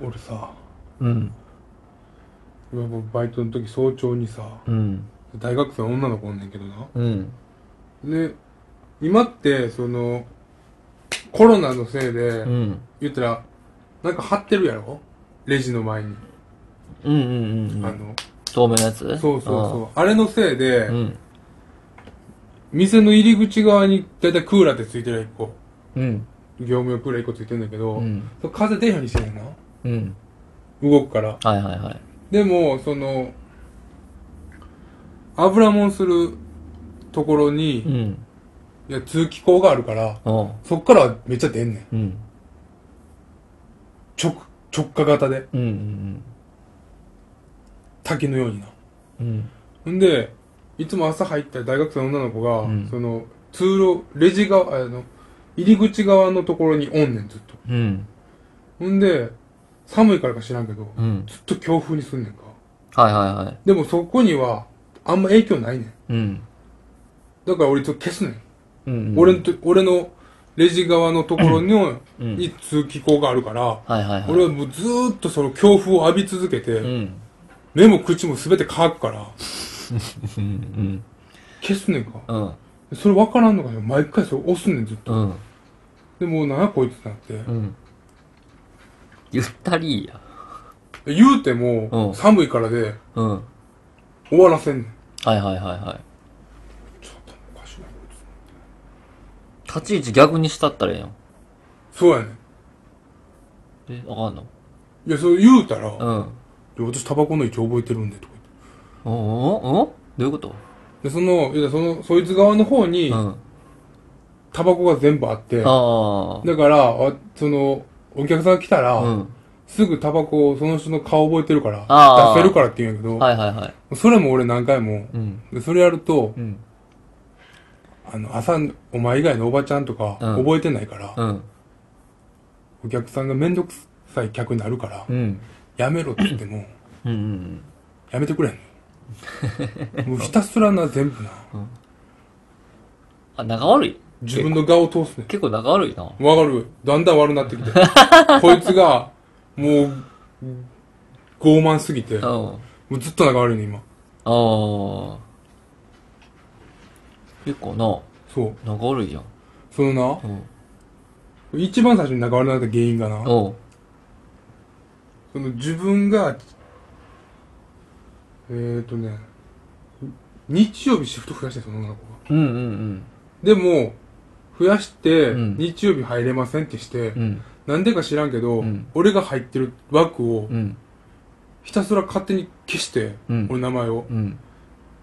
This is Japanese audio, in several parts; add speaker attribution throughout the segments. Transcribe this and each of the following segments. Speaker 1: 俺さ
Speaker 2: うん
Speaker 1: 今もうバイトの時早朝にさ
Speaker 2: うん
Speaker 1: 大学生の女の子おんねんけどな
Speaker 2: うん
Speaker 1: で今ってそのコロナのせいで、
Speaker 2: うん
Speaker 1: 言ったらなんか貼ってるやろレジの前に、
Speaker 2: うんうんうん
Speaker 1: あの
Speaker 2: 透明のやつ
Speaker 1: そうそうそうあれのせいで、
Speaker 2: ああうん
Speaker 1: 店の入り口側にだいたいクーラーってついてるやん一個
Speaker 2: うん
Speaker 1: 業務用クーラー一個ついてるんだけど、
Speaker 2: うん
Speaker 1: それ風出へんようにしてるな
Speaker 2: うん
Speaker 1: 動くから
Speaker 2: はいはいはい
Speaker 1: でもその油もんするところに、
Speaker 2: う
Speaker 1: い
Speaker 2: ん
Speaker 1: や通気口があるから
Speaker 2: おう
Speaker 1: そっからはめっちゃ出んねん
Speaker 2: うん
Speaker 1: 直直下型で
Speaker 2: うんうん
Speaker 1: 滝のようにな
Speaker 2: うん
Speaker 1: んでいつも朝入った大学生の女の子が、
Speaker 2: うん
Speaker 1: その通路レジ側あの入り口側のところにおんねんずっと
Speaker 2: うんうん
Speaker 1: ほんで寒いからか知らんけど、
Speaker 2: うん
Speaker 1: ずっと強風にすんねんか
Speaker 2: はいはいはい
Speaker 1: でもそこにはあんま影響ないねん
Speaker 2: うん
Speaker 1: だから俺ちょっと消すねん、
Speaker 2: うん
Speaker 1: 俺んと俺のレジ側のところの、
Speaker 2: うん
Speaker 1: に通気口があるから、
Speaker 2: はいはいはい
Speaker 1: 俺はもうずーっとその強風を浴び続けて、
Speaker 2: うん
Speaker 1: 目も口も全て乾くから
Speaker 2: うん
Speaker 1: 消すねんか
Speaker 2: うん
Speaker 1: それ分からんのかよ毎回それ押すねんずっと
Speaker 2: うん
Speaker 1: でもうなんやこいつってなって、
Speaker 2: うんゆったりや
Speaker 1: で言うて
Speaker 2: う
Speaker 1: も
Speaker 2: ん
Speaker 1: 寒いからで
Speaker 2: うんはい
Speaker 1: 終わらせんねん
Speaker 2: はいはいはい
Speaker 1: ちょっとおかしいなこいつ
Speaker 2: 立ち位置逆にしたったらええやん
Speaker 1: そうやねん
Speaker 2: えわかんの
Speaker 1: いやそれ言うたら、
Speaker 2: う
Speaker 1: い
Speaker 2: ん
Speaker 1: や私タバコの位置覚えてるんでとか言って
Speaker 2: おおおどういうこと
Speaker 1: でそのいやそのそいつ側の方
Speaker 2: う
Speaker 1: に
Speaker 2: んあ
Speaker 1: タバコが全部あって、
Speaker 2: あ
Speaker 1: だからあそのお客さんが来たら、
Speaker 2: うん
Speaker 1: すぐタバコをその人の顔覚えてるから
Speaker 2: あー
Speaker 1: 出せるからって言うんやけど、
Speaker 2: はいはいはい
Speaker 1: それも俺何回も
Speaker 2: うん
Speaker 1: でそれやると
Speaker 2: うん
Speaker 1: あの朝お前以外のおばちゃんとか
Speaker 2: うん
Speaker 1: 覚えてないから、
Speaker 2: うん
Speaker 1: お客さんが面倒くさい客になるから、
Speaker 2: うん
Speaker 1: やめろって言っても、
Speaker 2: うんうん
Speaker 1: やめてくれんのもうひたすらな、全部な。
Speaker 2: あ仲悪い
Speaker 1: 自分の顔を通すね。
Speaker 2: 結構仲悪いなん
Speaker 1: わかるだんだん悪なってきて。こいつが、もう、傲慢すぎて、も
Speaker 2: うん
Speaker 1: うずっと仲悪いね、今。
Speaker 2: ああ。結構な、
Speaker 1: そう。
Speaker 2: 仲悪いじゃん。
Speaker 1: その
Speaker 2: うん。
Speaker 1: な、一番最初に仲悪くなった原因がな、
Speaker 2: おう。
Speaker 1: その自分が、えーとね、日曜日シフト増やしてんその女の子が。
Speaker 2: うんうん
Speaker 1: でも、増やして、
Speaker 2: うん
Speaker 1: 日曜日入れませんってして
Speaker 2: うん。う、ん。
Speaker 1: なんでか知らんけど、
Speaker 2: うん
Speaker 1: 俺が入ってる枠を
Speaker 2: うん。
Speaker 1: ひたすら勝手に消して、
Speaker 2: うん
Speaker 1: 俺の名前を
Speaker 2: うん。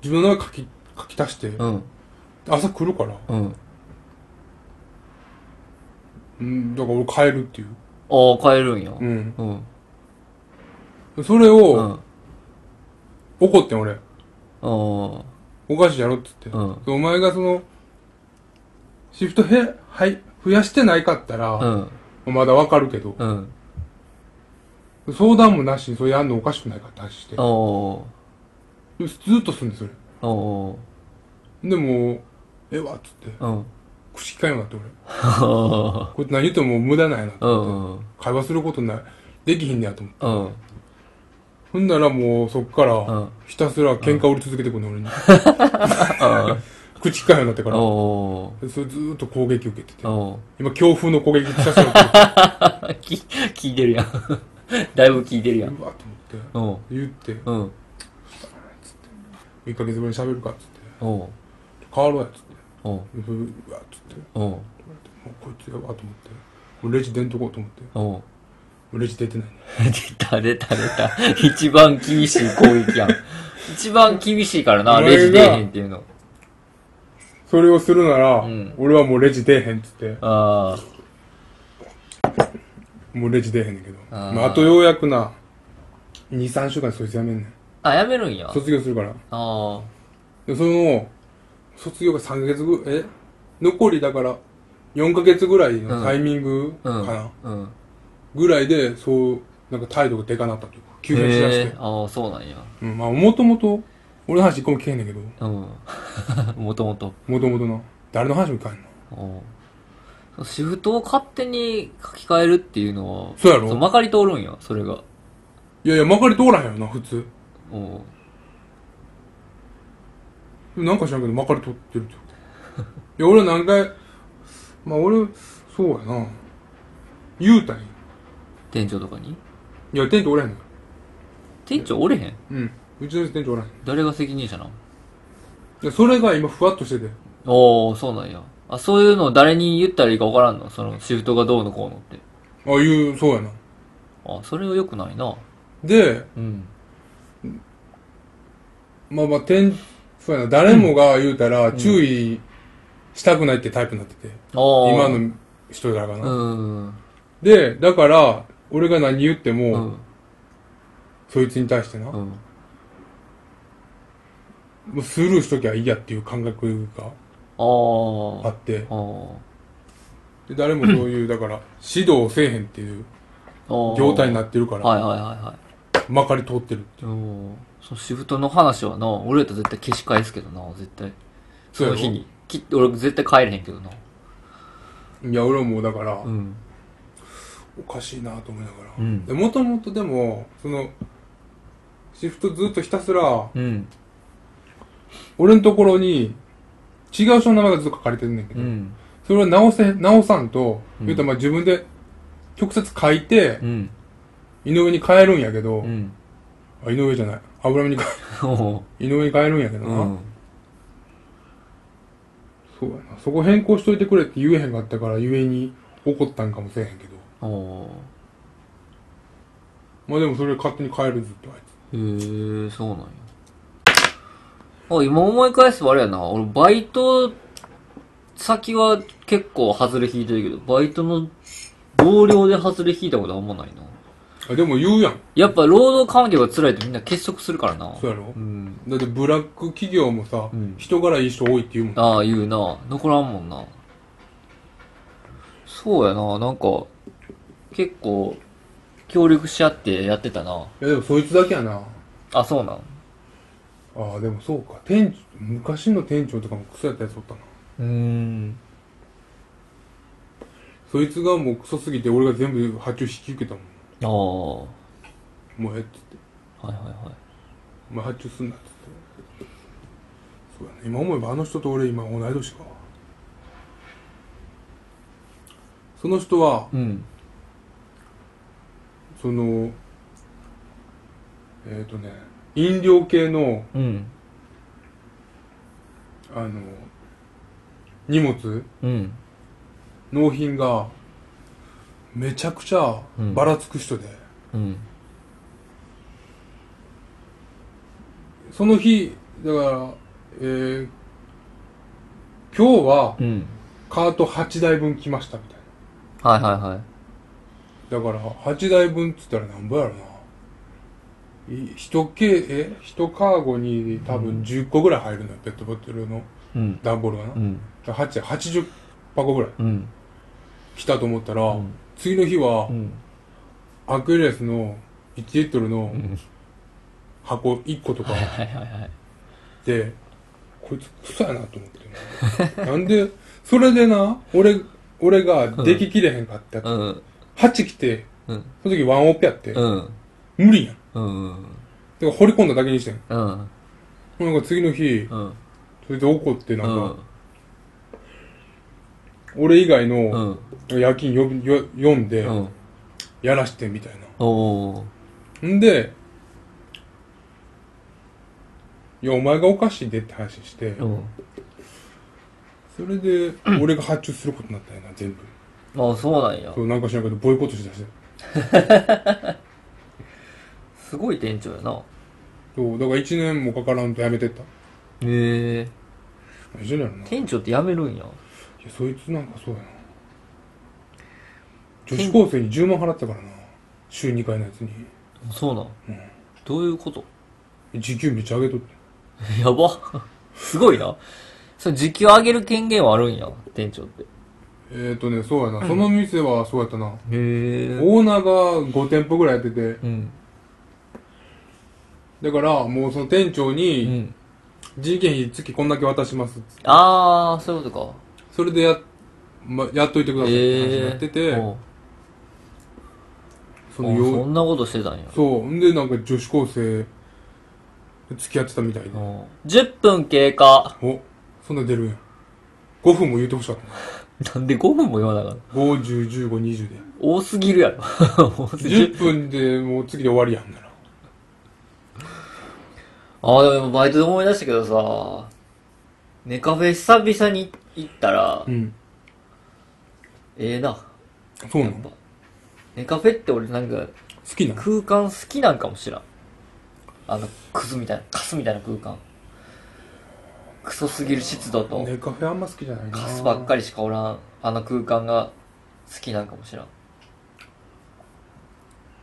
Speaker 1: 自分の名前書き書き足して、
Speaker 2: うん。
Speaker 1: 朝来るから、
Speaker 2: うん。
Speaker 1: うん、だから俺変えるっていう、
Speaker 2: ああ、変えるんや。
Speaker 1: う、
Speaker 2: うんん。
Speaker 1: それ
Speaker 2: う
Speaker 1: を
Speaker 2: ん。
Speaker 1: 怒ってん俺
Speaker 2: あ
Speaker 1: おかしいやろっつって、
Speaker 2: うん
Speaker 1: でお前がそのシフトへ、はい、増やしてないかった
Speaker 2: あ。う
Speaker 1: ら、
Speaker 2: ん。
Speaker 1: まだわかるけど、
Speaker 2: うん。
Speaker 1: 相談もなしにそれやんのおかしくないかって話して、
Speaker 2: おう。
Speaker 1: でずっとすんでそれ
Speaker 2: おう。
Speaker 1: でもええわっつって
Speaker 2: うん。
Speaker 1: 口利かんようになって俺
Speaker 2: う
Speaker 1: こ
Speaker 2: ん。
Speaker 1: れ何言ってももう無駄ないなって
Speaker 2: うん。
Speaker 1: 会話することないできひんねやと思って
Speaker 2: うん。
Speaker 1: ほんならもうそっか
Speaker 2: う
Speaker 1: ら
Speaker 2: ん
Speaker 1: ひたすら喧嘩売り続けてくんね俺に口利かんようになってから
Speaker 2: おう。
Speaker 1: それずーっと攻撃受けてて
Speaker 2: おう。
Speaker 1: 今強風の攻撃させられてる
Speaker 2: き、聞いてるやん。 だいぶ聞いてるやん。
Speaker 1: うわっと思って
Speaker 2: おう。
Speaker 1: 言って
Speaker 2: うん。
Speaker 1: 1ヶ月ぶりに喋るかっつって
Speaker 2: おう。
Speaker 1: 変わろうやっつって
Speaker 2: おう。
Speaker 1: うわっつっても
Speaker 2: おう。
Speaker 1: うこいつやばと思ってもうレジ出んとこうと思っても
Speaker 2: おう。
Speaker 1: うレジ出てないね
Speaker 2: 出た出た出た。一番厳しい攻撃やん。一番厳しいからな、
Speaker 1: お前が
Speaker 2: レジ出えへんっていうの。
Speaker 1: それをするなら、
Speaker 2: うん
Speaker 1: 俺はもうレジ出えへんっつって
Speaker 2: あ
Speaker 1: もうレジ出えへんねんけど
Speaker 2: あー
Speaker 1: まあ、あとようやくな23週間でそいつやめんねん
Speaker 2: あ。あ、やめるんや。
Speaker 1: 卒業するから
Speaker 2: あ
Speaker 1: でその卒業が3ヶ月ぐえ残りだから4ヶ月ぐらいのタイミング
Speaker 2: あ。
Speaker 1: か
Speaker 2: うん。
Speaker 1: な、
Speaker 2: うん。
Speaker 1: ぐらいでそうなんか態度がでかなったというか急変しだして
Speaker 2: へー、ああ、そうなんや。
Speaker 1: うん、まあもともと俺の話一個も聞けへんねんけど
Speaker 2: うん。もともと。
Speaker 1: もともとの誰の話も聞かへんの
Speaker 2: おうシフトを勝手に書き換えるっていうのは、
Speaker 1: そうやろ
Speaker 2: まかり通るんや、それが。
Speaker 1: いやいや、曲がり通らへんよな、普通。
Speaker 2: おう
Speaker 1: なんか知らんけど、まかり通ってるってこと。いや、俺は何回、まあ俺、そうやな。言うたんや。
Speaker 2: 店長とかに
Speaker 1: いや、店長おらへんのよ
Speaker 2: 店長おれへん
Speaker 1: うん。うちの店長おらへん。
Speaker 2: 誰が責任者なん
Speaker 1: いや、それが今、ふわっとしてて。
Speaker 2: おおそうなんや。あ、そういうのを誰に言ったらいいか分からんのそのシフトがどうのこうのって。
Speaker 1: あ、いう、そうやな。
Speaker 2: あ、それは良くないな。
Speaker 1: で、
Speaker 2: うん。
Speaker 1: まあまあ、店、そうやな、誰もが言うたら、注意したくないってタイプになってて。
Speaker 2: ああ。
Speaker 1: 今の人らがな。
Speaker 2: うん。
Speaker 1: で、だから、俺が何言っても、
Speaker 2: うん。
Speaker 1: そいつに対してな、
Speaker 2: う
Speaker 1: も
Speaker 2: ん。
Speaker 1: うスルーしときゃいいやっていう感覚が
Speaker 2: ああ。
Speaker 1: あって、
Speaker 2: あ
Speaker 1: で誰もそう いう、だから、指導せえへんっていう
Speaker 2: あ。
Speaker 1: 状態にな
Speaker 2: っ
Speaker 1: ってるか
Speaker 2: た
Speaker 1: ら、
Speaker 2: はいはいはいはい。
Speaker 1: まかり通ってる。
Speaker 2: おおそのシフトの話はな、俺やったら絶対消し返すけどな、絶対。そ
Speaker 1: そうや
Speaker 2: の
Speaker 1: ろ
Speaker 2: 日に。きっと俺絶対帰れへんけどな。
Speaker 1: いや、俺はもうだから、
Speaker 2: うん。
Speaker 1: おかしいなと思いながら。
Speaker 2: うん
Speaker 1: で、もともとでも、その、シフトずっとひたすら、
Speaker 2: うん。
Speaker 1: 俺のところに、違う人の名前がずっと書かれてんねんけ
Speaker 2: う
Speaker 1: ど、
Speaker 2: ん。
Speaker 1: それを直せ、直さんと、
Speaker 2: うん
Speaker 1: 言うたらまあ自分で、直接書いて
Speaker 2: う、ん。
Speaker 1: 井上に変えるんやけど、
Speaker 2: うん。
Speaker 1: あ、井上じゃない。油身に変
Speaker 2: おお
Speaker 1: え、井上に変えるんやけど
Speaker 2: う
Speaker 1: な。
Speaker 2: ん。
Speaker 1: そうやな。そこ変更しといてくれって言えへんかったから、ゆえに怒ったんかもせえへんけど。
Speaker 2: おお
Speaker 1: まあでもそれ勝手に変えるずっとあい
Speaker 2: へえ、そうなんや。あ、今思い返すとあれやな。俺、バイト先は結構外れ引いてるけど、バイトの同僚で外れ引いたことあんまないな。
Speaker 1: つ。あ、でも言うやん。
Speaker 2: やっぱ労働環境が辛いとみんな結束するからな。
Speaker 1: そうやろ
Speaker 2: うん。
Speaker 1: だってブラック企業もさ、
Speaker 2: うん
Speaker 1: 人柄いい人多いって言うもん。
Speaker 2: ああ、言うな。残らんもんな。そうやな。なんか、結構、協力し合ってやってたな。
Speaker 1: いやでもそいつだけやな。
Speaker 2: あ、そうなん。
Speaker 1: ああ、でもそうか。店長、昔の店長とかもクソやったやつおったな。
Speaker 2: うーん。
Speaker 1: そいつがもうクソすぎて俺が全部発注引き受けたもん。
Speaker 2: ああ。は
Speaker 1: もうええっつって。
Speaker 2: いはいはい。
Speaker 1: お前発注すんなっつって。そうやね。今思えばあの人と俺今同い年か。その人は、
Speaker 2: うん。
Speaker 1: そのえっ、ー、とね飲料系の
Speaker 2: うん。
Speaker 1: あの荷物
Speaker 2: うん。
Speaker 1: 納品がめちゃくちゃ
Speaker 2: うん
Speaker 1: ばらつく人で、
Speaker 2: うん。
Speaker 1: その日だから、えー今日は
Speaker 2: うん。
Speaker 1: カート8台分来ましたみたい
Speaker 2: はいはいはい。
Speaker 1: なだから8台分っつったらなんぼやろない一ケえ一カーゴに多分10個ぐらい入るのよペットボトルの
Speaker 2: うん。
Speaker 1: 段ボールがな、
Speaker 2: うん。
Speaker 1: 8 80箱ぐらい
Speaker 2: うん。
Speaker 1: 来たと思ったら、
Speaker 2: ん
Speaker 1: 次の日は、
Speaker 2: うん。
Speaker 1: アクエリアスの1リットルの
Speaker 2: ん
Speaker 1: 箱1個とか
Speaker 2: はいはいはい。
Speaker 1: で、こいつクソやなと思ってななんでそれでな俺俺ができきれへんかったやつ、
Speaker 2: うん。
Speaker 1: 8来て
Speaker 2: うん。
Speaker 1: その時ワンオペやって、
Speaker 2: うん。
Speaker 1: 無理やん
Speaker 2: うん。
Speaker 1: だから掘り込んだだけにしてん
Speaker 2: うん。
Speaker 1: なんか次の日
Speaker 2: うん。
Speaker 1: それで怒ってなん
Speaker 2: う
Speaker 1: か、
Speaker 2: ん。
Speaker 1: 俺以外
Speaker 2: う
Speaker 1: の
Speaker 2: ん。
Speaker 1: 夜勤よよ読んで
Speaker 2: うん。
Speaker 1: やらしてみたいな、
Speaker 2: おー。
Speaker 1: んで、いや、お前がおかしいでって話して、
Speaker 2: うん。
Speaker 1: それで、俺が発注することになったよな、全部。
Speaker 2: ああ、そうなんや
Speaker 1: そ。うなんか知らんけど、ボイコットしだして。
Speaker 2: すごい店長やな。
Speaker 1: そう、だから1年もかからんと辞めてった。
Speaker 2: へえ。
Speaker 1: 一緒だよな。いや、
Speaker 2: 店長って辞めるんや。
Speaker 1: そいつなんかそうやな。女子高生に10万払ったからな。週2回のやつに。
Speaker 2: そうなん。どういうこと
Speaker 1: 時給めっちゃ上げとって。
Speaker 2: やば。すごいな。その時給上げる権限はあるんや、店長って。
Speaker 1: えーとね、そうやな。その店はそうやったな。
Speaker 2: へえ。
Speaker 1: オーナーが5店舗ぐらいやってて、
Speaker 2: うん。
Speaker 1: だからもうその店長
Speaker 2: う
Speaker 1: に
Speaker 2: ん。
Speaker 1: 人件費月こんだけ渡しますっつって
Speaker 2: ああ、そういうことか。
Speaker 1: それでや、ま、やっといてくださいって話になってて、
Speaker 2: おう
Speaker 1: そ
Speaker 2: お
Speaker 1: の
Speaker 2: う
Speaker 1: よ
Speaker 2: そんなことしてたんや。
Speaker 1: そう。んで、なんか女子高生、付き合ってたみたいで。
Speaker 2: おう10分経過。
Speaker 1: お、そんな出るやん。5分も言うてほしかったな。
Speaker 2: なんで5分も言わなかった
Speaker 1: 5、10、15、20で。
Speaker 2: 多すぎるやろ。 多すぎる
Speaker 1: 10分でもう次で終わりやんなら。
Speaker 2: ああ、でもバイトで思い出したけどさ、ネカフェ久々に行ったら
Speaker 1: う、ん。
Speaker 2: ええな。
Speaker 1: そうな
Speaker 2: やっ
Speaker 1: の
Speaker 2: ぱ。ネカフェって俺なんか
Speaker 1: 好きなの
Speaker 2: 空間好きなんかもしらん。あの、クズみたいな、カスみたいな空間。クソすぎる湿度と、
Speaker 1: ネカフェあんま好きじゃないな。
Speaker 2: カスばっかりしかおらん、あの空間が好きなんかもしらん。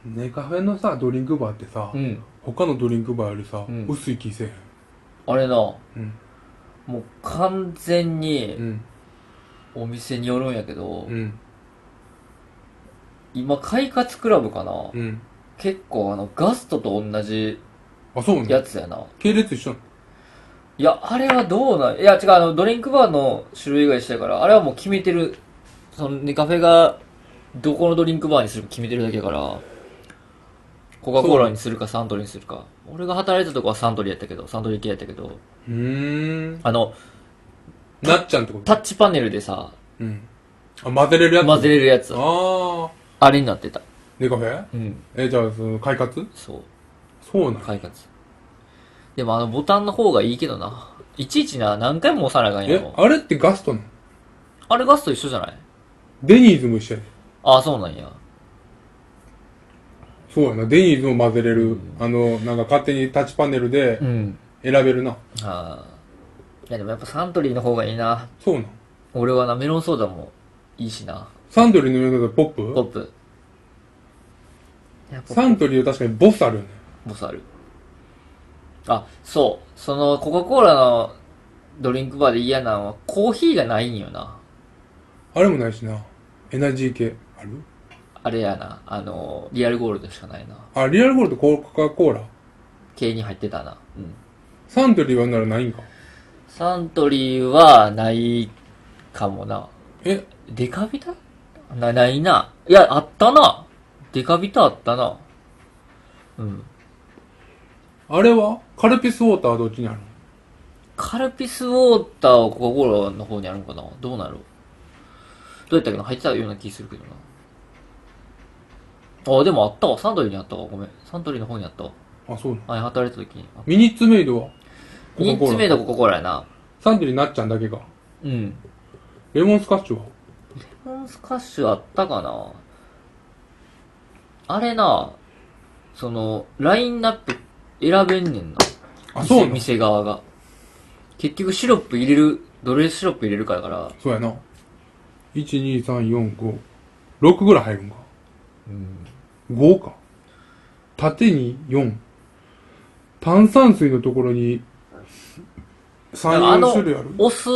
Speaker 1: ネカフェのさ、ドリンクバーってさ、
Speaker 2: うん。
Speaker 1: 他のドリンクバーよりさ、
Speaker 2: うん
Speaker 1: 薄い気せえ
Speaker 2: あれな、も
Speaker 1: へん。
Speaker 2: う完全
Speaker 1: う
Speaker 2: に
Speaker 1: ん。
Speaker 2: お店によるんやけど、
Speaker 1: うん。
Speaker 2: 今、快活クラブかな、
Speaker 1: うん。
Speaker 2: 結構あの、ガストと同じ
Speaker 1: あ、そうな
Speaker 2: や
Speaker 1: の
Speaker 2: つやな。
Speaker 1: 系列一緒ない
Speaker 2: や、あれはどうなんいや、違う、あの、ドリンクバーの種類が一緒やから、あれはもう決めてる。その、ネカフェが、どこのドリンクバーにするか決めてるだけやから、コカ・コーラにするかサントリーにするか。俺が働いたとこはサントリーやったけど、サントリー系やったけど、
Speaker 1: のうーん。
Speaker 2: あの、
Speaker 1: なっちゃんってこと
Speaker 2: タッチパネルでさ、
Speaker 1: うん。あ、混ぜれるやつ
Speaker 2: 混ぜれるやつ。
Speaker 1: ああ。
Speaker 2: あれになってた。
Speaker 1: ネカフェ
Speaker 2: うん。
Speaker 1: え、じゃあ、その、快活
Speaker 2: そう。
Speaker 1: そうなの
Speaker 2: 快活。でもあのボタンの方がいいけどな。いちいちな、何回も押さなあかんや
Speaker 1: え
Speaker 2: ろ。
Speaker 1: あれってガストなの
Speaker 2: あれガスト一緒じゃない
Speaker 1: デニーズも一緒やで
Speaker 2: ああ、そうなんや。
Speaker 1: そうやなデニーズも混ぜれる、あのなんか勝手にタッチパネルで
Speaker 2: うん。
Speaker 1: 選べるな、
Speaker 2: ああ。いやでもやっぱサントリーの方がいいな。
Speaker 1: そうなん
Speaker 2: 俺はな、メロンソーダもいいしな。
Speaker 1: サントリーの上のポップ
Speaker 2: ポップ。いやポップ
Speaker 1: サントリーは確かにボスあるよね
Speaker 2: ボスある。あ、そう。その、コカ・コーラのドリンクバーで嫌なのは、コーヒーがないんよな。
Speaker 1: あれもないしなエナジー系ある
Speaker 2: あれやな。あの、リアルゴールドしかないな。
Speaker 1: あリアルゴールドコカ・コーラ
Speaker 2: 系に入ってたな。うん。
Speaker 1: サントリーはならないんか
Speaker 2: サントリーはないかもな。
Speaker 1: え
Speaker 2: デカビタな、ないな。いや、あったな。デカビタあったな。うん。
Speaker 1: あれはカルピスウォーターはどっちにあるの
Speaker 2: カルピスウォーターをコカ・コーラの方にあるのかなどうなるどうやったっけな入ってたような気するけどな。あ、でもあったわ。サントリーにあったわ。ごめん。サントリーの方にあったわ。
Speaker 1: あそうなの
Speaker 2: あれ、働いた時に。あ
Speaker 1: ミニッツメイドはコ
Speaker 2: ニ
Speaker 1: カ・コ
Speaker 2: ッツメイ
Speaker 1: ー
Speaker 2: ド
Speaker 1: ラ
Speaker 2: コカ・コーラやな。
Speaker 1: サントリーなっちゃんだけか
Speaker 2: うん。
Speaker 1: レモンスカッシュは
Speaker 2: レモンスカッシュあったかなあれな、その、ラインナップ選べんねんな。
Speaker 1: あそうなの
Speaker 2: 店店側が。結局シロップ入れる、どれシロップ入れるかだから、
Speaker 1: そうやな12345 6ぐらい入るんか
Speaker 2: うん、
Speaker 1: 5か。縦に4。炭酸水のところに3、4
Speaker 2: あの
Speaker 1: 種類ある
Speaker 2: 押す、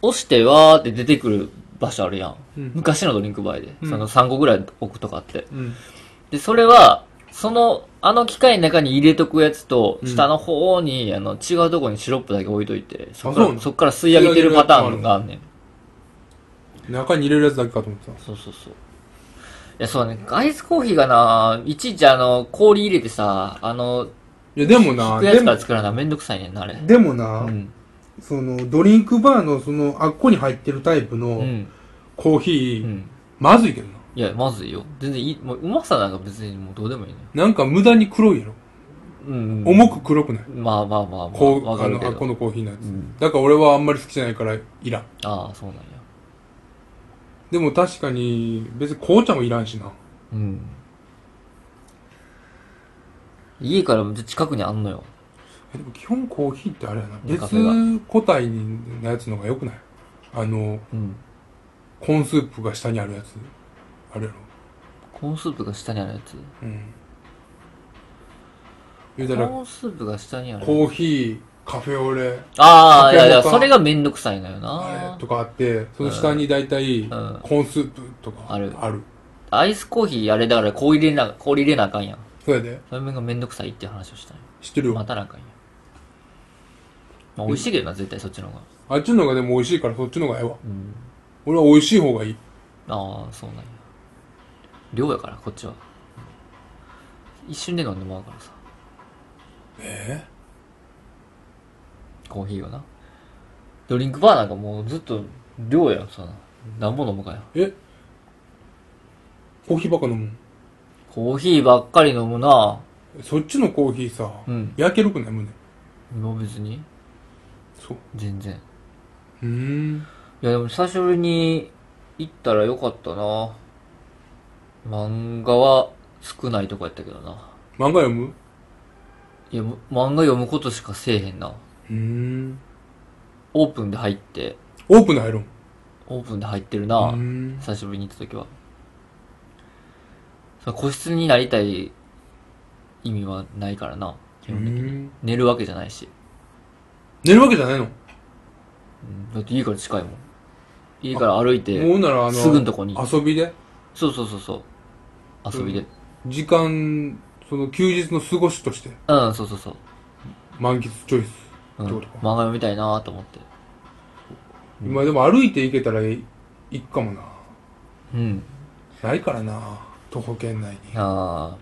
Speaker 2: 押してわーって出てくる場所あるやん。
Speaker 1: うん
Speaker 2: 昔のドリンクバーで、
Speaker 1: うん
Speaker 2: その3個ぐらい置くとかあって。
Speaker 1: うん。
Speaker 2: で、それは、その、あの機械の中に入れとくやつと、
Speaker 1: うん
Speaker 2: 下の方に、あの、違うとこにシロップだけ置いといて、そっ
Speaker 1: そ
Speaker 2: か
Speaker 1: うな
Speaker 2: ら、
Speaker 1: の
Speaker 2: そっから吸い上げてるパターンがあんねん。
Speaker 1: 中に入れるやつだけかと思ってた。
Speaker 2: そうそうそう。いや、そうね。アイスコーヒーがな、いちいちあの、氷入れてさ、あの、
Speaker 1: いや、でも
Speaker 2: 引
Speaker 1: な、
Speaker 2: くや
Speaker 1: で
Speaker 2: つから
Speaker 1: も、
Speaker 2: 作らなめんどくさいねんな、あれ。
Speaker 1: でもな、
Speaker 2: うん。
Speaker 1: その、ドリンクバーのその、あっこに入ってるタイプ
Speaker 2: う
Speaker 1: の
Speaker 2: ん。
Speaker 1: コーヒ
Speaker 2: う
Speaker 1: ー、
Speaker 2: ん。
Speaker 1: まずいけどな。
Speaker 2: いや、まずいよ。全然いい。もう、うまさなんか別にもうどうでもいいのよ。
Speaker 1: なんか無駄に黒いやろ。
Speaker 2: うん。
Speaker 1: 重く黒くない
Speaker 2: まあまあまあまあ、
Speaker 1: こう、
Speaker 2: わ
Speaker 1: あ
Speaker 2: かる
Speaker 1: の、
Speaker 2: け
Speaker 1: あっこ
Speaker 2: ど。
Speaker 1: のコーヒーのやつ。
Speaker 2: うん。
Speaker 1: だから俺はあんまり好きじゃないから、いらん。
Speaker 2: ああ、そうなんや。
Speaker 1: でも確かに、別に紅茶もいらんしな。
Speaker 2: うん。家から近くにあんのよ。
Speaker 1: えでも基本コーヒーってあれやな
Speaker 2: ネカ
Speaker 1: 別
Speaker 2: フェが
Speaker 1: 個体のやつの方が良くないあの
Speaker 2: うん。
Speaker 1: コーンスープが下にあるやつあれやろ
Speaker 2: コーンスープが下にあるやつ。
Speaker 1: うん言う
Speaker 2: コ
Speaker 1: たら
Speaker 2: ーンスープが下にある。
Speaker 1: コーヒーカフェオレ
Speaker 2: ああ、いやいや、
Speaker 1: カフェモカ
Speaker 2: それがめんどくさいのよ
Speaker 1: あ
Speaker 2: な
Speaker 1: れ。とかあってその下に大体コ
Speaker 2: ん
Speaker 1: ーンスープとか
Speaker 2: ある
Speaker 1: ある
Speaker 2: アイスコーヒーあれだから氷入れな、氷入れなあかんやん。
Speaker 1: それで
Speaker 2: それがめんどくさいっていう話をしたんよ。
Speaker 1: 知ってる
Speaker 2: ま
Speaker 1: よ
Speaker 2: たなあかんやん。まあ美味しいけどな、絶対そっちの方が。
Speaker 1: あっちの方がでも美味しいからそっちの方がええわ
Speaker 2: うん。
Speaker 1: 俺は美味しい方がいい。
Speaker 2: ああそうなんや量やからこっちは一瞬で飲んでもらうからさ
Speaker 1: え
Speaker 2: コーヒーはなドリンクバーなんかもうずっと量やんさ何も飲むかや
Speaker 1: えコーヒーばっか飲むん
Speaker 2: コーヒーばっかり飲むな
Speaker 1: そっちのコーヒーさ、
Speaker 2: うん
Speaker 1: 焼けるくない胸。
Speaker 2: 今別に
Speaker 1: そう。
Speaker 2: 全然
Speaker 1: うーん。
Speaker 2: いやでも久しぶりに行ったらよかったな漫画は少ないとこやったけどな
Speaker 1: 漫画読む
Speaker 2: いやむ漫画読むことしかせえへんな
Speaker 1: うーん。
Speaker 2: オープンで入って
Speaker 1: オープンで入るん
Speaker 2: オープンで入ってる
Speaker 1: う
Speaker 2: な
Speaker 1: ーん。
Speaker 2: 久しぶりに行った時はその個室になりたい意味はないからな基本的
Speaker 1: う
Speaker 2: に
Speaker 1: ん
Speaker 2: 寝るわけじゃないし、
Speaker 1: 寝るわけじゃないの
Speaker 2: うんだって家から近いもん家から歩い
Speaker 1: も
Speaker 2: て
Speaker 1: うならあの、
Speaker 2: すぐんとこに
Speaker 1: 遊びで
Speaker 2: そうそうそうそう遊びで
Speaker 1: 時間、その休日の過ごしとして
Speaker 2: うん、そうそうそう、
Speaker 1: 満喫チョイス
Speaker 2: うん、
Speaker 1: ってこ
Speaker 2: 漫
Speaker 1: とか。
Speaker 2: 画読みたいなと思ってうん
Speaker 1: 今でも歩いて行けたらいいかもな。
Speaker 2: うん
Speaker 1: ないからな。徒歩圏内に。
Speaker 2: ああ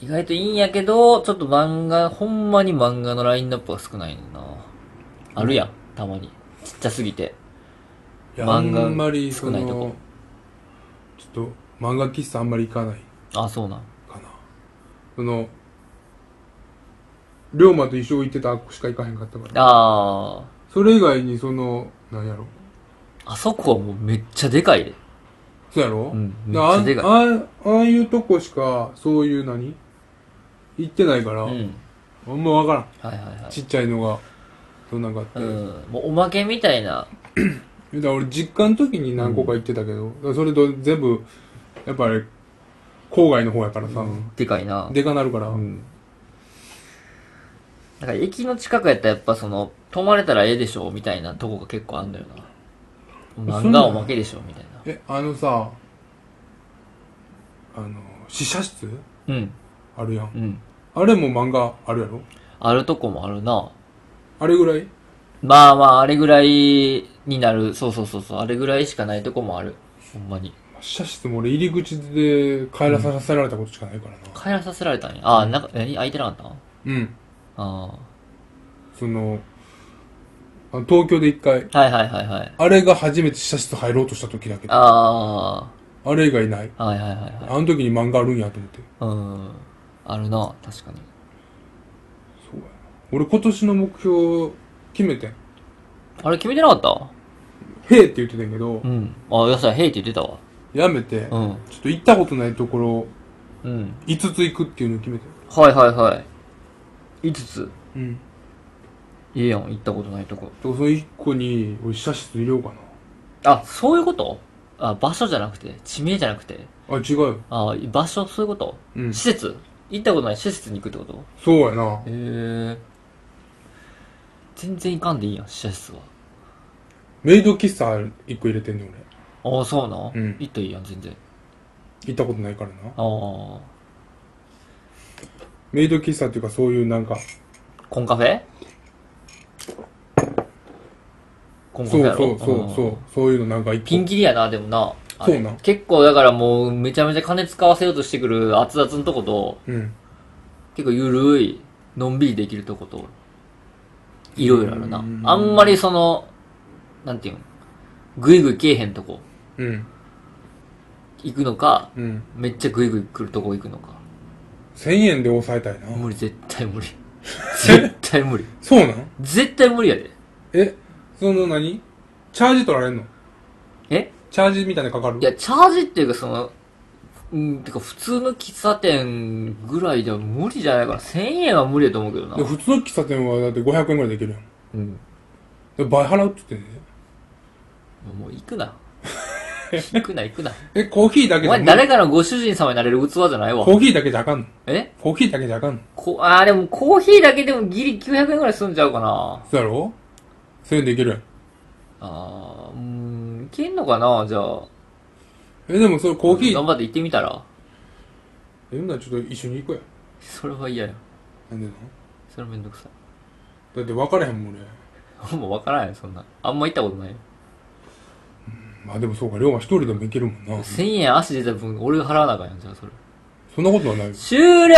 Speaker 2: 意外といいんやけどちょっと漫画ほんまに漫画のラインナップは少ないねんなあるやんたまにちっちゃすぎて
Speaker 1: いやあ
Speaker 2: 漫
Speaker 1: ん
Speaker 2: 画
Speaker 1: まり
Speaker 2: 少
Speaker 1: そ
Speaker 2: ない
Speaker 1: の
Speaker 2: とこ
Speaker 1: ちょっと漫画喫茶あんまり行かない
Speaker 2: あそうなん
Speaker 1: かなその龍馬と一緒行ってたあっこしか行かへんかったから
Speaker 2: ああ
Speaker 1: それ以外にそのなんやろ
Speaker 2: あそこはもうめっちゃでかいで。
Speaker 1: そうやろ、
Speaker 2: うんめっち
Speaker 1: だ
Speaker 2: ゃでか
Speaker 1: あんあんああいうとこしかそういう何行ってないから、
Speaker 2: い。うん。
Speaker 1: あんま分からん
Speaker 2: はいはいはい。
Speaker 1: ちっちゃいのがそんなんがあって、
Speaker 2: うん。もうおまけみたいな。
Speaker 1: だから俺実家の時に何個か行ってたけど、だからそれと全部やっぱり郊外の方やからさ、
Speaker 2: でかいな。
Speaker 1: でかなるから、
Speaker 2: うん。なんか駅の近くやったらやっぱその、泊まれたらええでしょみたいなとこが結構あんだよな。漫
Speaker 1: そんな
Speaker 2: 画
Speaker 1: ん
Speaker 2: おまけでしょみたいな。
Speaker 1: えあのさあの試写室
Speaker 2: うん。
Speaker 1: あるやん
Speaker 2: うん。
Speaker 1: あれも漫画あるやろ
Speaker 2: あるとこもあるな。
Speaker 1: あれぐらい
Speaker 2: まあまあ、あれぐらいになる。そうそうそうそう。あれぐらいしかないとこもある。ほんまに。
Speaker 1: 試写室も俺入り口で帰らさせられたことしかないからな
Speaker 2: 帰らさせられたんや。あー、なんか、何空いてなかったん
Speaker 1: うん、
Speaker 2: あ
Speaker 1: そのあの東京で一回
Speaker 2: あ。はいはいはいはい。
Speaker 1: あれが初めて試写室入ろうとした時だけどあ
Speaker 2: あ
Speaker 1: れ以外ない
Speaker 2: あ、はいはいはいはい。
Speaker 1: あの時に漫画あるんやと思って
Speaker 2: うん。あるな、確かに。
Speaker 1: そうやな俺今年の目標決めてん
Speaker 2: あれ決めてなかった
Speaker 1: 「へえ」って言ってたんやけど、
Speaker 2: うん。あ、野菜、ヘイって言ってたわ。
Speaker 1: やめて、
Speaker 2: う
Speaker 1: ちょ
Speaker 2: ん。
Speaker 1: っと行ったことないところ
Speaker 2: うん。
Speaker 1: 5つ行くっていうのを決めてん
Speaker 2: はいはいはい。5つ。
Speaker 1: うん
Speaker 2: いいやん、行ったことないとこ。
Speaker 1: だからその一個に俺写室入れようか
Speaker 2: あ、そういうことあ、場所じゃなくて、地名じゃなくて。
Speaker 1: なあ違うよ
Speaker 2: あ、場所、そういうこと
Speaker 1: うん
Speaker 2: 施設行ったことない施設に行くってこと
Speaker 1: そうやな
Speaker 2: へえ。全然行かんでいいやん、施設は。
Speaker 1: メイド喫茶一個入れてんねん俺
Speaker 2: ああ、そうな。
Speaker 1: うん
Speaker 2: 行ったらいいやん、全然。
Speaker 1: 行ったことないからな
Speaker 2: ああ。
Speaker 1: メイド喫茶っていうかそういうなんか
Speaker 2: コンカフェコンカフ
Speaker 1: そ
Speaker 2: ェ
Speaker 1: う
Speaker 2: や
Speaker 1: そ
Speaker 2: ろ
Speaker 1: うそうそうそういうのなんか一個
Speaker 2: ピンキリやな、でもな。あれ
Speaker 1: そうなん
Speaker 2: 結構だからもうめちゃめちゃ金使わせようとしてくる熱々のとこと、
Speaker 1: うん
Speaker 2: 結構ゆるい、のんびりできるとこと、いろいろあるな
Speaker 1: うん。
Speaker 2: あんまりその、なんていうん、ぐいぐいけえへんとこ
Speaker 1: うん
Speaker 2: 行くのか、
Speaker 1: うん
Speaker 2: めっちゃぐいぐい来るとこ行くのか。
Speaker 1: 1000円で抑えたいな
Speaker 2: 無理、絶対無 理。絶対無理。
Speaker 1: そうなん
Speaker 2: 絶対無理やで。
Speaker 1: えその何チャージ取られんの
Speaker 2: え
Speaker 1: チャージみたいなのかかる
Speaker 2: いや、チャージっていうか、その、うん、てか普通の喫茶店ぐらいでは無理じゃないから、1000円は無理やと思うけどな
Speaker 1: で。普通の喫茶店はだって500円ぐらいできるやん
Speaker 2: うん。
Speaker 1: で倍払うって言ってんね
Speaker 2: もう行 くな。行くな、行くな。
Speaker 1: えコーヒーだけ
Speaker 2: お
Speaker 1: じゃ
Speaker 2: 前、誰かのご主人様になれる器じゃないわ
Speaker 1: コ。ーヒーだけじゃあかんの
Speaker 2: え
Speaker 1: コーヒーだけじゃあかんの
Speaker 2: こあーでもコーヒーだけでもギリ900円ぐらい済んじゃうかな。
Speaker 1: そうやろ ?1000 円でいけるやん
Speaker 2: あー、うーん、いけんのかなじゃあ。
Speaker 1: えでもそれコーヒー
Speaker 2: 頑張って行ってみたら。
Speaker 1: えんならちょっと一緒に行こうや
Speaker 2: それは嫌や。
Speaker 1: なんでな
Speaker 2: それめんどくさい。
Speaker 1: だって分からへんもん俺
Speaker 2: もう分からんよ、そんな。あんま行ったことないよ。
Speaker 1: うまあでもそうか、龍馬一人でも行けるもんな。
Speaker 2: 1000円足出た分、俺が払わなあかんやん、じゃあそれ。
Speaker 1: そんなことはないよ。
Speaker 2: 終了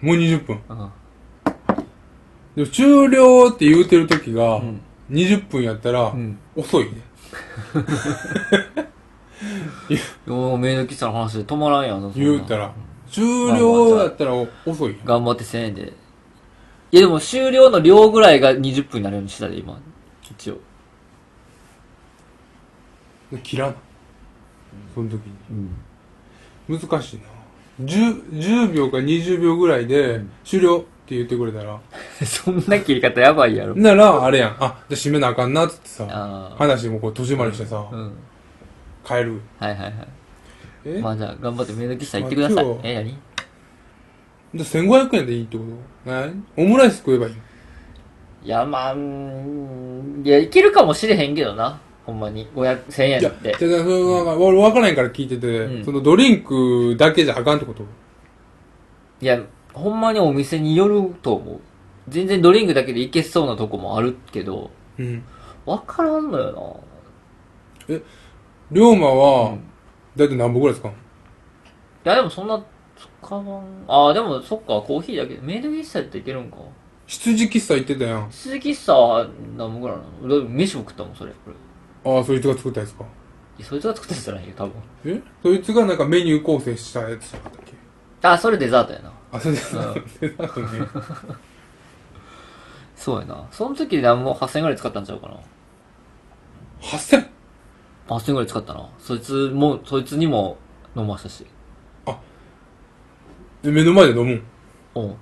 Speaker 1: もう20分。
Speaker 2: うん。
Speaker 1: でも終了って言うてる時が
Speaker 2: ん、
Speaker 1: 20分やったら
Speaker 2: ん、
Speaker 1: 遅いね。
Speaker 2: よう、メイド喫茶の話で止まらんやん、そんな
Speaker 1: 言うたら。終了やったら遅いやん。
Speaker 2: 頑張って1000円で。いやでも終了の量ぐらいが20分になるようにしたで、今。一応。
Speaker 1: 切らない。その時に。
Speaker 2: うん。
Speaker 1: 難しいな。10, 10秒か20秒ぐらいで、終了って言ってくれたら、
Speaker 2: そんな切り方やばいやろ。
Speaker 1: なら、あれやん。あ、で閉めなあかんなっつってさ、
Speaker 2: ああ。
Speaker 1: 話もこう、戸締まりしてさ
Speaker 2: う、ん。
Speaker 1: 帰る。
Speaker 2: はいはいはい。
Speaker 1: え
Speaker 2: まあじゃあ、頑張ってメイド喫茶行ってくださ
Speaker 1: まあ
Speaker 2: い
Speaker 1: 今。日
Speaker 2: え、何
Speaker 1: で、1500円でいいってこと何オムライス食えばいい。
Speaker 2: いや、まあ、うーんいや、いけるかもしれへんけどな。ほんまに。500、1000
Speaker 1: い
Speaker 2: 円
Speaker 1: や、
Speaker 2: って。
Speaker 1: じゃあ、その、なんか、俺分からへんから聞いてて、
Speaker 2: うん
Speaker 1: そのドリンクだけじゃあかんってこと
Speaker 2: いや、ほんまにお店によると思う。全然ドリンクだけでいけそうなとこもあるけど、
Speaker 1: うん。
Speaker 2: わからんのよ
Speaker 1: 龍馬
Speaker 2: な。
Speaker 1: は、
Speaker 2: うん
Speaker 1: だいたい何本ぐらいですか
Speaker 2: いや、でもそんな、使わん。ああ、でもそっか、コーヒーだけ。メイド喫茶やっていけるんか。
Speaker 1: 羊喫茶行ってたやん。あ
Speaker 2: 鈴木喫茶は何もぐらいなの俺飯も食ったもん、それ。これい
Speaker 1: あ、そいつが作ったやつか。
Speaker 2: やそいつが作ったやつじゃないよ、多分。
Speaker 1: えそいつがなんかメニュー構成したやつじゃなかったっけ
Speaker 2: あ、それデザートやな。
Speaker 1: あ、そうです。デザート ね。
Speaker 2: そうやな。その時何も8000円ぐらい使ったんちゃうかな。
Speaker 1: 8000!
Speaker 2: 8000円ぐらい使ったな。そいつも、そいつにも飲ましたし。
Speaker 1: で目の前で飲むん
Speaker 2: うん。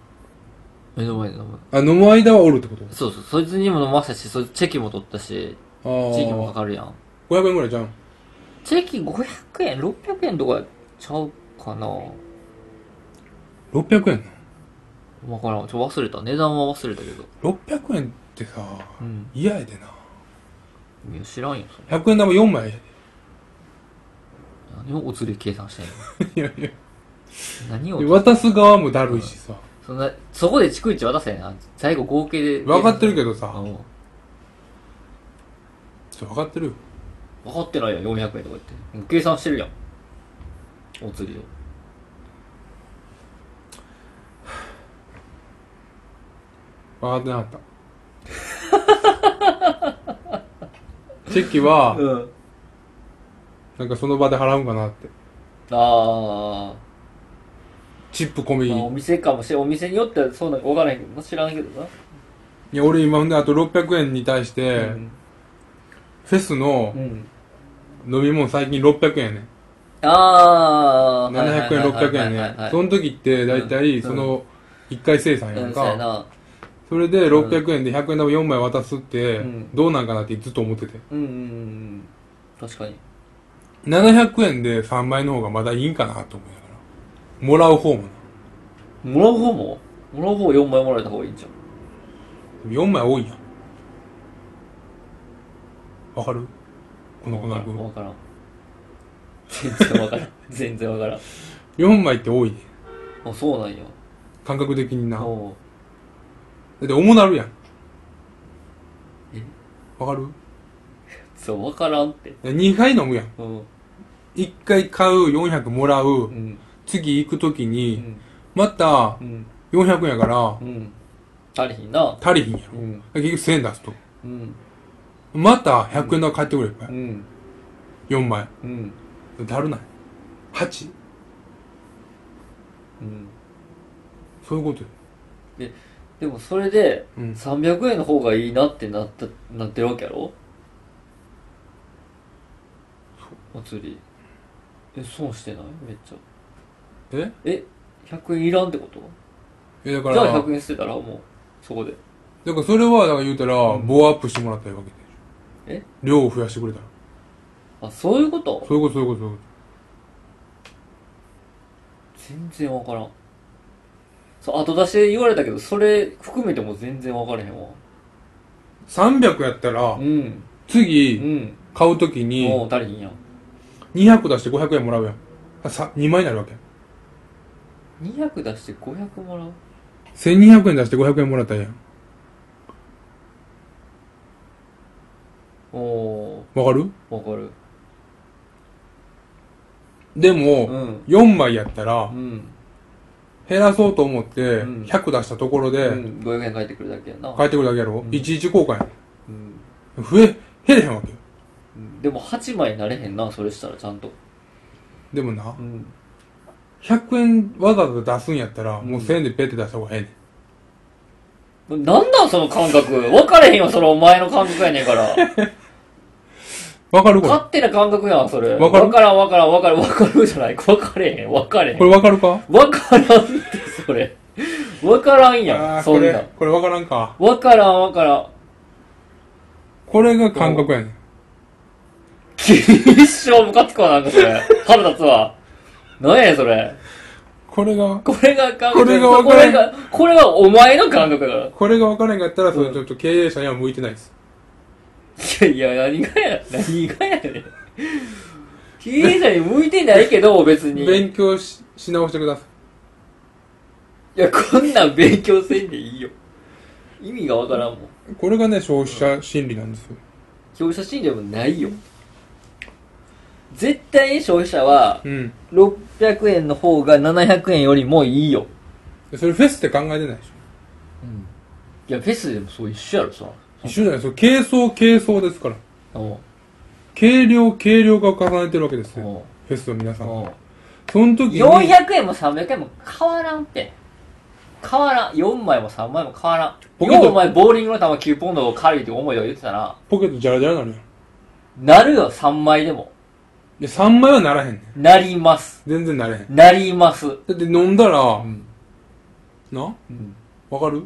Speaker 2: 目の前で飲む。
Speaker 1: あ、飲む間はおるってこと
Speaker 2: そうそう、そいつにも飲ましたし、そいつチェキも取ったし、
Speaker 1: あ
Speaker 2: チェキもか
Speaker 1: あ。
Speaker 2: かるやん。
Speaker 1: 500円ぐらいじゃん。
Speaker 2: チェキ500円、600円とかちゃうかな。
Speaker 1: 600円
Speaker 2: わからん。ちょ、忘れた。値段は忘れたけど。
Speaker 1: な。600円ってさ、
Speaker 2: うん。
Speaker 1: 嫌やでな。
Speaker 2: いや、知らんよ、それ。
Speaker 1: 100円玉4枚や
Speaker 2: 何をお釣り計算してんの
Speaker 1: で。いやいや。
Speaker 2: 何
Speaker 1: で
Speaker 2: を、
Speaker 1: 渡す側もだるいしさ。
Speaker 2: そんな、そこで逐一渡せな。最後合計で。
Speaker 1: 分かってるけど
Speaker 2: う
Speaker 1: さ。
Speaker 2: ん。
Speaker 1: ちょ分かってるよ。
Speaker 2: 分かってないよ、400円とか言って。もう計算してるやん。お釣りを。
Speaker 1: 分かってなか った。チェキは、
Speaker 2: うん。
Speaker 1: なんかその場で払うんかなって。
Speaker 2: あ
Speaker 1: チップ込み。
Speaker 2: ー。まあ、お店かもしれん。お店によってはそうなのか分からへんけどな。知らんけどな。
Speaker 1: いや、俺今ほんであと600円に対して、
Speaker 2: うん
Speaker 1: フェスの
Speaker 2: うん。
Speaker 1: 飲み物最近600円やねん。
Speaker 2: あー。
Speaker 1: 700円、600円
Speaker 2: はいはいはいは
Speaker 1: ね
Speaker 2: い。
Speaker 1: その時って大
Speaker 2: う
Speaker 1: 体
Speaker 2: ん
Speaker 1: その1回生産や
Speaker 2: うんん、そうや
Speaker 1: か。
Speaker 2: な。
Speaker 1: それで600円で100円玉4枚渡すって
Speaker 2: うん
Speaker 1: どうなんかなってずっと思ってて。
Speaker 2: うんうんうんうん。確かに。
Speaker 1: 700円で3枚の方がまだいいんかなと思いながら。もらう方もな。
Speaker 2: もらう方ももらう方4枚もらえた方がいいんじゃん。
Speaker 1: 4枚多いやん。わかるこの子な
Speaker 2: わ
Speaker 1: く。
Speaker 2: からん。全然わからん。 全然わからん。
Speaker 1: 4枚って多いね。
Speaker 2: あ、そうなんや。
Speaker 1: 感覚的にな。だ
Speaker 2: おう
Speaker 1: って重なるやん
Speaker 2: え。
Speaker 1: わかる
Speaker 2: そう、わからんって。
Speaker 1: ?2 回飲むやん。
Speaker 2: うん。
Speaker 1: 1回買う、400もらう。
Speaker 2: うん。
Speaker 1: 次行く時
Speaker 2: う
Speaker 1: に、
Speaker 2: ん。
Speaker 1: また
Speaker 2: うん。
Speaker 1: 400円やから
Speaker 2: うん。足りひんな。
Speaker 1: 足りひんやろ
Speaker 2: うん。
Speaker 1: 結局1000円出すと
Speaker 2: うん。
Speaker 1: また100円玉買ってくれいっぱい
Speaker 2: うん。
Speaker 1: 4枚
Speaker 2: うん。
Speaker 1: だるない8
Speaker 2: うん。
Speaker 1: そういうことよ
Speaker 2: でもそれで、
Speaker 1: うん
Speaker 2: 300円の方がいいなってなった、なってるわけやろお釣り。え、損してないめっちゃ。
Speaker 1: え
Speaker 2: え、100円いらんってこと
Speaker 1: えだか
Speaker 2: じ
Speaker 1: ら
Speaker 2: ゃ
Speaker 1: だ
Speaker 2: あ
Speaker 1: か
Speaker 2: 100円捨てたらもう、そこで。
Speaker 1: らそれはだから言うたら棒アップしてもらったらいいわけで
Speaker 2: え
Speaker 1: しょ量を増やしてくれたら
Speaker 2: あ、そういうこと
Speaker 1: そういうことそういうことそういうこ
Speaker 2: 全然わからん。そう、後出しで言われたけど、それ含めても全然わからへんわ。
Speaker 1: と300やったら
Speaker 2: うん。う
Speaker 1: 次
Speaker 2: ん。
Speaker 1: 買う時
Speaker 2: も
Speaker 1: に
Speaker 2: う足りひんやん。200
Speaker 1: 200出して500円もらうやんあさ2枚になるわけ
Speaker 2: 出して500もらう
Speaker 1: 1200円出して500円もらったらええやん
Speaker 2: お
Speaker 1: わかる
Speaker 2: ー、わかる。
Speaker 1: で
Speaker 2: う
Speaker 1: も、
Speaker 2: ん。
Speaker 1: 4枚やった
Speaker 2: う
Speaker 1: ら、
Speaker 2: ん。
Speaker 1: 減らそうと思って、
Speaker 2: うん
Speaker 1: 100出したところ
Speaker 2: う
Speaker 1: で、
Speaker 2: ん、500円返ってくるだけやな。
Speaker 1: 変えてくるだけやろ、
Speaker 2: うん
Speaker 1: いちいち交換や
Speaker 2: うん。
Speaker 1: ろ増え、減れへんわけよ。
Speaker 2: でも8枚になれへんな、それしたらちゃんと。
Speaker 1: でもな
Speaker 2: う、ん。
Speaker 1: 100円わざわざ出すんやったら、
Speaker 2: うん
Speaker 1: もう1000円でペッて出した方がええねん。
Speaker 2: なんなんその感覚。分かれへんよ、それお前の感覚やねんから。
Speaker 1: わかるこれ
Speaker 2: 勝手な感覚やん、それ。
Speaker 1: わかる
Speaker 2: 分からん分からん分からん分かるじゃない。分かれへん、分かれへん
Speaker 1: こ。れわかるか
Speaker 2: 分からんって、それ。分からん
Speaker 1: あ
Speaker 2: やん、
Speaker 1: ー
Speaker 2: そ
Speaker 1: こ
Speaker 2: んなん
Speaker 1: れ、。これわからんか。
Speaker 2: 分からん分からん。
Speaker 1: これが感覚やねん。
Speaker 2: 一生ムカつくわ、なんかそれ。腹立つわ。なんやねん、それ。
Speaker 1: これが、
Speaker 2: これが感覚。
Speaker 1: これが分
Speaker 2: こ
Speaker 1: から
Speaker 2: れ
Speaker 1: ん
Speaker 2: が、これはお前の感覚だから。
Speaker 1: これがわからんかったら、それちょっと経営者には向いてないです。
Speaker 2: いやいや、何がや、何がやねん。経営者に向いてないけど、別に。い
Speaker 1: 勉強しし直してください。
Speaker 2: や、こんなん勉強せんでいいよ。意味がわからんもん。
Speaker 1: これがね、消費者心理なんですよ。
Speaker 2: 消費者信者もないよ。絶対に消費者は、
Speaker 1: うん。
Speaker 2: 600円の方が700円よりもいいよ。
Speaker 1: でそれフェスって考えてないでしょ。
Speaker 2: いや、フェスでもそう一緒やろ、さ。
Speaker 1: 一緒じゃない、それ、軽装、軽装ですから。
Speaker 2: おう
Speaker 1: 軽量、軽量化を重ねてるわけですよ。
Speaker 2: おう
Speaker 1: フェスの皆さん。
Speaker 2: おう
Speaker 1: その時に、
Speaker 2: 400円も300円も変わらんって。変わらん。4枚も3枚も変わらん。
Speaker 1: ポケット
Speaker 2: ようお前ボーリングの球9ポンドを借りるって思いを言ってたら、
Speaker 1: ポケットジャラジャラなるやん。
Speaker 2: なるよ、3枚でも。
Speaker 1: で、3枚はならへんねん。
Speaker 2: なります。
Speaker 1: 全然なれへん。
Speaker 2: なります。う
Speaker 1: だって飲んだら、
Speaker 2: ん。
Speaker 1: な
Speaker 2: うん。
Speaker 1: わかる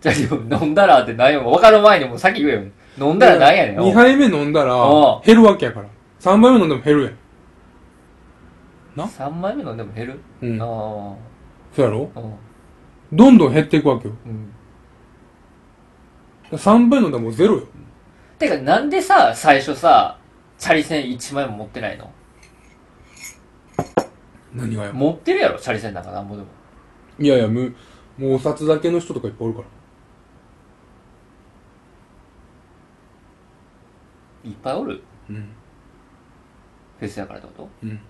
Speaker 2: じゃあ、でも飲んだらって何やもん。分かる前にもう先言えよ。飲んだら何やねん。
Speaker 1: ?2 杯目飲んだら
Speaker 2: お、
Speaker 1: 減るわけやから。3杯目飲んでも減るやん。
Speaker 2: 3枚目飲んでも減る
Speaker 1: うん
Speaker 2: ああ。
Speaker 1: そうやろ
Speaker 2: うん
Speaker 1: どんどん減っていくわけよ。
Speaker 2: うん。
Speaker 1: 3杯飲んだらもうゼロよ。
Speaker 2: てか、なんでさ、最初さ、チャリ線1枚も持ってないの
Speaker 1: 何がや
Speaker 2: 持ってるやろ、チャリ線なんかなんぼでも。
Speaker 1: いやいや、む、もうお札だけの人とかいっぱいおるから。
Speaker 2: いっぱいおる
Speaker 1: うん。
Speaker 2: フェスやからってこ
Speaker 1: う
Speaker 2: と
Speaker 1: ん。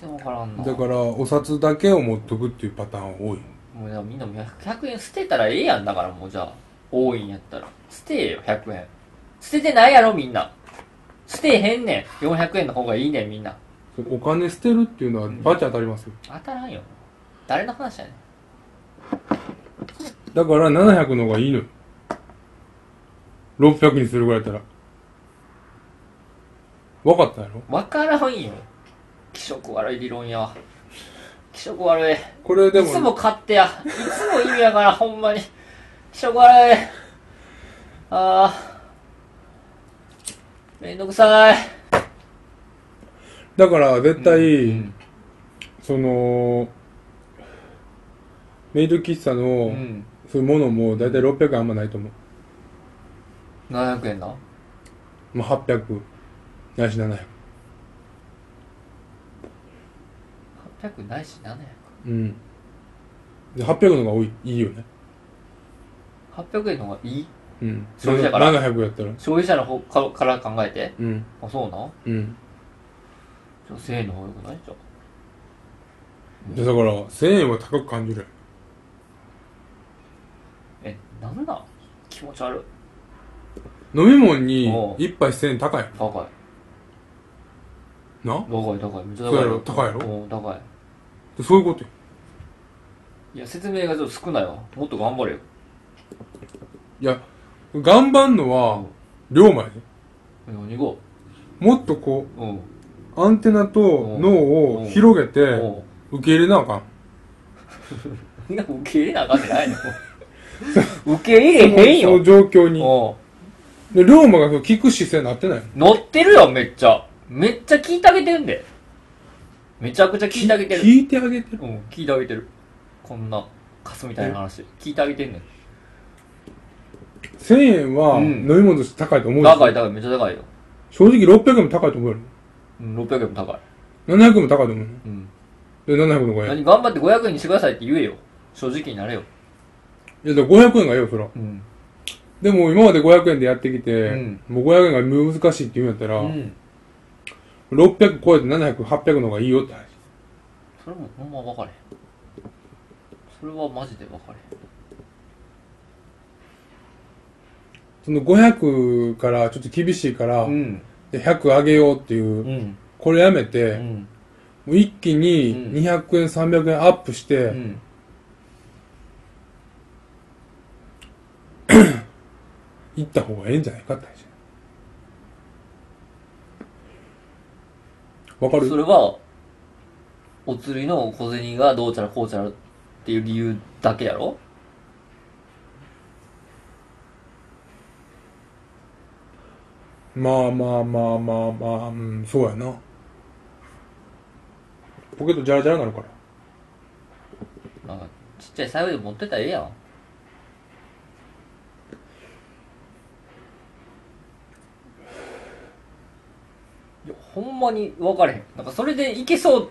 Speaker 2: 全然分からんな。
Speaker 1: だから、お札だけを持っとくっていうパターンは多い。
Speaker 2: もうじゃあみんなもう100円捨てたらええやんだからもうじゃあ多いんやったら捨てえよ100円捨ててないやろみんな捨てへんねん400円の方がいいねんみんな
Speaker 1: お金捨てるっていうのはバチ当たりますよ。
Speaker 2: 当たらんよ誰の話やねん
Speaker 1: だから、700の方がいいのよ。600にするぐらいやったら。わかったやろ
Speaker 2: 分からんよ気色悪い理論やわ気色悪い
Speaker 1: これで
Speaker 2: いつも
Speaker 1: も、
Speaker 2: 勝手やいつも意味やからほんまに気色悪いああめんどくさい
Speaker 1: だから絶対、
Speaker 2: うん
Speaker 1: その、メイド喫茶
Speaker 2: う
Speaker 1: の、
Speaker 2: ん
Speaker 1: そういうものも大体600円あんまないと思
Speaker 2: 700円な
Speaker 1: う。まあ、800、ないし700。
Speaker 2: 800ないし700
Speaker 1: うん。で、800の方が多い、いいよね。
Speaker 2: 800円の方がいい
Speaker 1: うん。
Speaker 2: そうだから
Speaker 1: 700やったら。
Speaker 2: 消費者の方かから考えて
Speaker 1: うん。
Speaker 2: あそうな
Speaker 1: うん。
Speaker 2: 女性の方がよくないじゃん
Speaker 1: で、だから、1000円は高く感じる。
Speaker 2: えなんなん気持ち悪い
Speaker 1: 飲み物に
Speaker 2: おう
Speaker 1: 1杯1000円高いや
Speaker 2: 高い
Speaker 1: んな
Speaker 2: 高い高いめっちゃ
Speaker 1: そう
Speaker 2: 高
Speaker 1: や
Speaker 2: い
Speaker 1: ろ高いやろ
Speaker 2: うん高い
Speaker 1: でそういうことよ。
Speaker 2: いや説明がちょっと少ないわもっと頑張れよ
Speaker 1: いや、頑張んの
Speaker 2: う
Speaker 1: は
Speaker 2: ん、
Speaker 1: 龍馬やね。
Speaker 2: え何が
Speaker 1: もっとこ
Speaker 2: うん
Speaker 1: う、アンテナと脳
Speaker 2: お
Speaker 1: を
Speaker 2: う
Speaker 1: 広げて、
Speaker 2: おう
Speaker 1: 受け入れなあかん。
Speaker 2: みんな受け入れなあかんじゃないの受け入れへん
Speaker 1: その
Speaker 2: よ
Speaker 1: 状況に。
Speaker 2: お
Speaker 1: で、龍馬がその聞く姿勢になってないの
Speaker 2: う乗ってるよめっちゃめっちゃ聞いてあげてんでめちゃくちゃ聞いてあげてる
Speaker 1: 聞いてあげてる。
Speaker 2: うん、聞いてあげてる。こんな、カスみたいな話。聞いてあげてんねん。
Speaker 1: 1000円は
Speaker 2: うん
Speaker 1: 飲み物として高いと思うでしょ
Speaker 2: 高い高い、めっちゃ高いよ。
Speaker 1: 正直600円も高いと思うよ。
Speaker 2: うん、600円も高い。
Speaker 1: 700円も高いと思うよ。
Speaker 2: うん。
Speaker 1: で、700の5円。
Speaker 2: 何、頑張って500円にしてくださいって言えよ。正直になれよ。
Speaker 1: いや、だから500円がええよ、そら。
Speaker 2: うん。
Speaker 1: でも今まで500円でやってきて、
Speaker 3: うん
Speaker 1: もう500円が難しいって言うんやったら、
Speaker 3: うん。
Speaker 1: 600超えて700、800の方がいいよって話。
Speaker 2: それもほんま分かれへんそれはマジで分かれへん
Speaker 1: その500からちょっと厳しいから、
Speaker 3: うん。
Speaker 1: で100上げようっていう、
Speaker 3: うん。
Speaker 1: これやめて、
Speaker 3: う
Speaker 1: も
Speaker 3: ん。
Speaker 1: う一気に
Speaker 3: うん
Speaker 1: 200円、300円アップして、
Speaker 3: うん。
Speaker 1: いった方がええんじゃないかって話。わか
Speaker 2: それ
Speaker 1: る
Speaker 2: はお釣りの小銭がどうちゃらこうちゃらっていう理由だけやろ
Speaker 1: まあまあまあまあまあ、うん、そうやな。ポケットジャラジャラなるから。
Speaker 2: なんかちっちゃい財布で持ってたらええやんいやほんまに分かれへんなんかそれでいけそう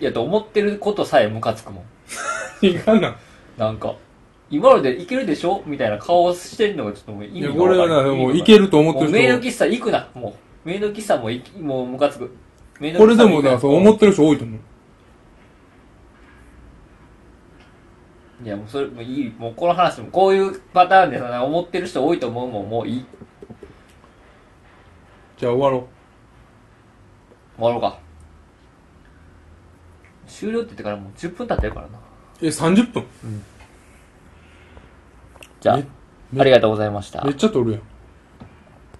Speaker 2: やと思ってることさえムカつくもん
Speaker 1: いかんな。
Speaker 2: なんか今のでいけるでしょみたいな顔してんのがちょっともう
Speaker 1: い
Speaker 2: 意味
Speaker 1: や、
Speaker 2: が
Speaker 1: これはな、もういけると思って
Speaker 2: もうメイド
Speaker 1: る人、
Speaker 2: 喫茶行くな。もう、メイド喫茶も行き、もうムカつく。メイド
Speaker 1: こ
Speaker 2: 喫
Speaker 1: れ
Speaker 2: 茶
Speaker 1: でも
Speaker 2: 行くな
Speaker 1: な、そう思ってる人多いと思う。
Speaker 2: いや、もうそれ、もういい。もうこの話も、こういうパターンでさ、思ってる人多いと思うもん、もういい。
Speaker 1: じゃあ終わろ
Speaker 2: 終わろうか。終了って言ってからもう10分経ってるからな。
Speaker 1: う。え、30分
Speaker 2: じゃ
Speaker 1: え
Speaker 2: あ、ありがとうございました
Speaker 1: めっ。ちゃ取るやん。